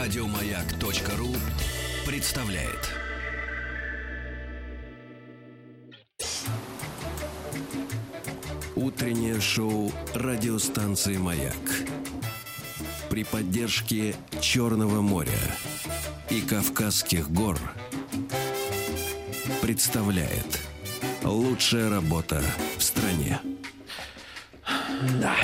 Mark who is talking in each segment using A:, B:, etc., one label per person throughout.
A: Радиомаяк.ру представляет. Утреннее шоу радиостанции «Маяк» при поддержке Черного моря и Кавказских гор представляет лучшая работа в стране.
B: Да.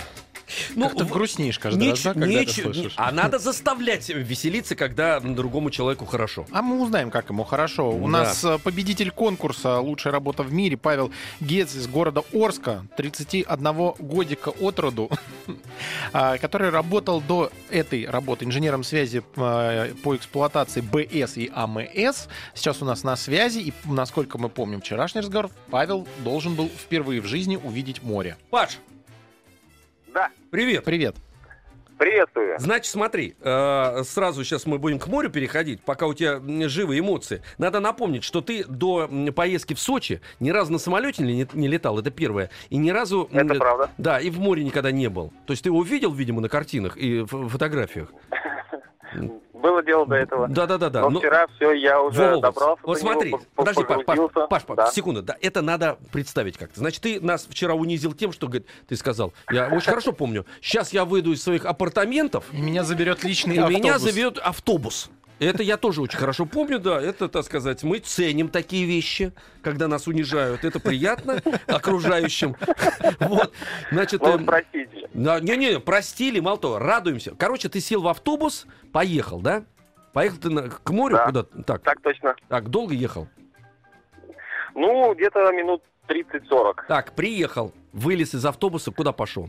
C: Как-то
B: Ну, в-
C: грустнеешь каждый раз, да, когда это слышишь?
B: А надо заставлять веселиться, когда другому человеку хорошо.
C: А мы узнаем, как ему хорошо. У
B: Да.
C: нас э, победитель конкурса «Лучшая работа в мире» Павел Гец из города Орска, 31 годика от роду, а, который работал до этой работы инженером связи э, по эксплуатации БС и АМС. Сейчас у нас на связи, и насколько мы помним вчерашний разговор, Павел должен был впервые в жизни увидеть море.
B: Паш,
D: Да,
B: привет.
C: Привет.
D: приветствую.
B: Значит, смотри, э, сразу сейчас мы будем к морю переходить, пока у тебя м, живы эмоции. Надо напомнить, что ты до м, поездки в Сочи ни разу на самолете не, не летал, это первое. И ни разу... м,
D: Это
B: э,
D: правда.
B: Да, и в море никогда не был. То есть ты его видел, видимо, на картинах и ф- фотографиях.
D: Было дело до этого.
B: Да-да-да-да.
D: Но
B: ну-
D: вчера все, я уже
B: Во-во-во.
D: добрался.
B: Вот
D: до него,
B: смотри,
D: по- по-
B: подожди, Паш, Паш,
D: погрузился.
B: Паш, Паш,
D: Да.
B: секунду, да, это надо представить как-то. Значит, ты нас вчера унизил тем, что говорит, ты сказал, я очень хорошо помню, сейчас я выйду из своих апартаментов,
C: И меня заберет личный
B: и меня
C: автобус.
B: заведет автобус. Это я тоже очень хорошо помню, да, это, так сказать, мы ценим такие вещи, когда нас унижают, это приятно окружающим. Вот, значит...
D: Вот,
B: эм,
D: Ну, простите.
B: да, Не-не, простили, мало того, радуемся. Короче, ты сел в автобус, поехал, да? Поехал ты на- к морю
D: Да.
B: куда-то? Так,
D: Так точно.
B: так, долго ехал?
D: Ну, где-то минут 30-40.
B: Так, приехал, вылез из автобуса, куда пошел?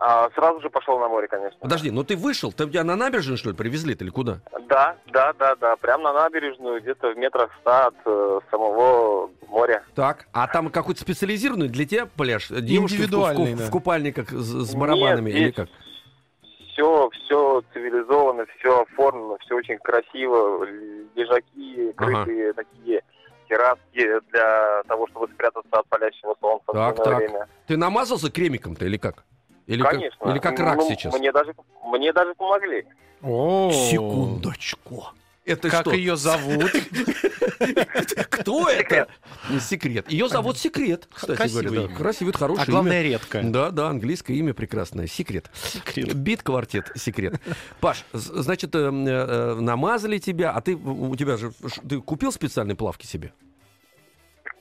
D: А, сразу же пошел на море, конечно.
B: Подожди, ну ты вышел, ты тебя на набережную, что ли, привезли ты или куда?
D: Да, да, да, да. Прям на набережную, где-то в метрах ста от э, самого моря.
B: Так, а там какой-то специализированный для тебя пляж? Девушки в ку- в ку-
C: Индивидуальный,
B: в,
C: да.
B: купальниках с, с барабанами
D: Нет,
B: или
D: здесь
B: как?
D: Все, все цивилизовано, все оформлено, все очень красиво. Лежаки,
B: Ага.
D: крытые такие терраски для того, чтобы спрятаться от палящего солнца в
B: Так,
D: данное
B: так.
D: время.
B: Ты намазался кремиком-то или как? Или
D: Конечно.
B: Как, или как рак
D: Ну,
B: сейчас?
D: Мне даже, мне даже помогли.
C: О,
B: Секундочку. Это
C: Как
B: что?
C: ее зовут?
B: Кто это? Секрет. Ее зовут Секрет, кстати
C: Красивое
B: говоря. да.
C: имя.
B: Красивый, это хорошее
C: А главное,
B: имя.
C: редко.
B: Да, да, английское имя прекрасное. Секрет.
C: Секрет.
B: Бит-квартет, секрет. Паш, з- значит, э, м, э, э, намазали тебя, а ты, у тебя же, ш- ты купил специальные плавки себе?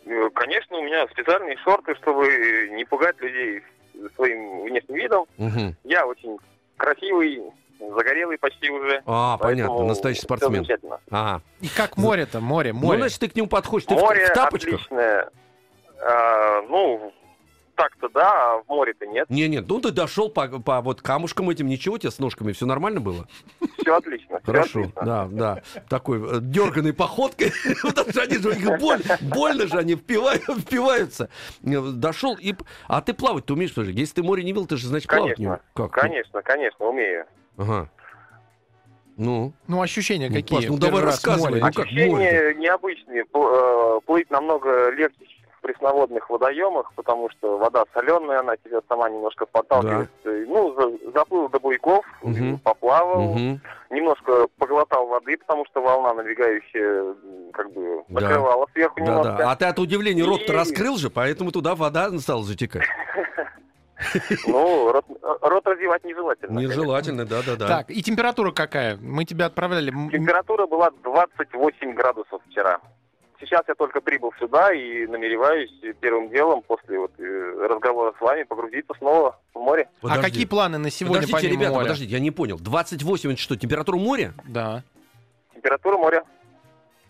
D: Э, Конечно, у меня специальные шорты, чтобы э, не пугать людей своим внешним видом. Я очень красивый, загорелый почти уже.
B: А, понятно,
D: поэтому
B: настоящий
D: всё
B: спортсмен.
D: замечательно.
B: Ага.
C: И как море-то, море, море.
B: Ну, значит, ты к нему подходишь, ты в-
D: Море
B: в, тапочках?
D: отличное. А, ну, так-то да, а в море-то нет.
B: Не, нет, ну ты дошел по, по вот камушкам этим, ничего у тебя с ножками, все нормально было?
D: Все отлично. всё
B: Хорошо,
D: отлично.
B: да, да. Такой дерганной походкой, потому что они же, у них боль, больно же они впивают- впиваются. Э, Дошел и... А ты плавать ты умеешь тоже? Если ты море не видел, ты же, значит, плавать не
D: Конечно,
B: Как? Ну,
D: Конечно, конечно, умею.
B: Ага. Ну,
C: Ну, ощущения
B: Ну,
C: какие?
B: Паш, ну,
C: Первый
B: давай
C: раз
B: рассказывай,
C: море.
B: ну,
C: А
B: как
D: Ощущения необычные. Пл- э, Плыть намного легче чем в пресноводных водоемах, потому что вода соленая, она тебя сама немножко подталкивает. Э, Ну, за- заплыл до буйков,
B: Мгм.
D: поплавал,
B: мгм.
D: немножко поглотал воды, потому что волна навигающая м, как бы
B: Да.
D: закрывала сверху
B: Да,
D: немножко.
B: да. А ты от удивления рот
D: И-
B: раскрыл же, поэтому туда вода стала затекать.
D: Ну, рот, рот развивать нежелательно.
B: Нежелательно, да, да, да.
C: Так, и температура какая? Мы тебя отправляли... м- а
D: Температура была 28 градусов вчера. Сейчас я только прибыл сюда и намереваюсь первым делом после вот, э, разговора с вами погрузиться снова в море.
C: А какие планы на сегодня
B: Подождите,
C: помимо
B: ребята,
C: моря?
B: подождите, я не понял. 28 это что, температура моря?
C: Да.
D: Температура моря.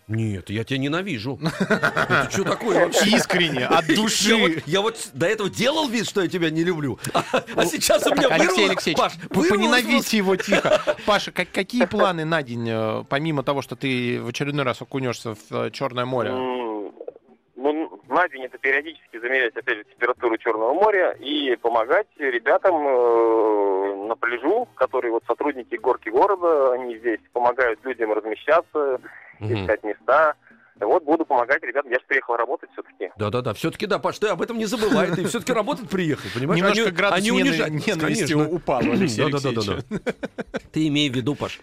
B: Нет, я тебя ненавижу. Это что такое вообще?
C: Искренне, от
B: Я вот, я вот с- до этого делал вид, что я тебя не люблю. А, а сейчас у меня
C: Ну, Алексей
B: вырвалось,
C: Алексеевич,
B: Паш,
C: вы
B: вырвалось
C: поненавидите его тихо. Паша, как- какие планы на день, э, помимо того, что ты в очередной раз окунешься в Черное море?
D: М, Ну, на день это периодически замерять, опять же, температуру Черного моря и помогать ребятам э, на пляжу, которые вот сотрудники горки города, они здесь помогают людям размещаться,
B: вас. Мгм.
D: искать места. Вот буду помогать ребятам, я же приехал работать все-таки.
B: Да-да-да, все-таки да, Паш, ты об этом не забывай, ты все-таки работать приехал, понимаешь?
C: Немножко
B: Они-
C: градус
B: они
C: нены-
B: унижают.
C: ненависти
B: Конечно.
C: упал, А Алексей
B: Да-да-да-да-да.
C: Алексеевич.
B: Ты имей в виду, Паш,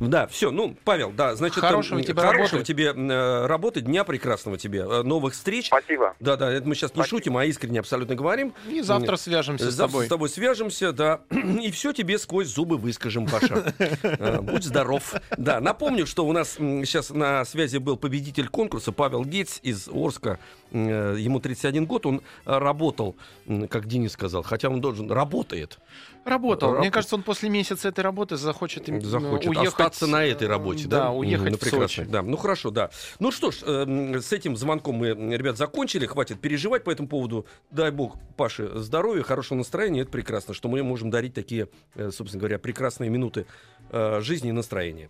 B: Да, все. Ну, Павел, да, значит,
C: Хорошего
B: там,
C: тебе
B: хорошего
C: работы.
B: тебе э, работы, дня прекрасного тебе, э, новых встреч.
D: Спасибо.
B: Да, да, это мы сейчас не
D: Спасибо.
B: шутим, а искренне абсолютно говорим.
C: И завтра свяжемся с
B: Завтра
C: тобой.
B: свяжемся, да, и все тебе сквозь зубы выскажем, Паша. Э, Будь здоров. Да, напомню, что у нас сейчас на связи был победитель конкурса Павел Гейтс из Орска. Э, Ему 31 год, он э, работал, м, как Денис сказал, хотя он должен, работает.
C: Работал.
B: Раб-
C: Мне кажется, он после месяца этой работы захочет, им, э,
B: Захочет А
C: уехать. э,
B: остаться на этой работе, да?
C: Да, уехать
B: Мгм, ну,
C: в
B: прекрасно.
C: Сочи.
B: Да, ну хорошо, да. Ну что ж, эм, с этим звонком мы, м, ребят, закончили. Хватит переживать по этому поводу. Дай бог Паше здоровья, хорошего настроения. Это прекрасно, что мы можем дарить такие, э, собственно говоря, прекрасные минуты э, жизни и настроения.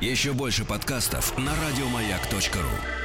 A: Еще больше подкастов на радиомаяк.ру.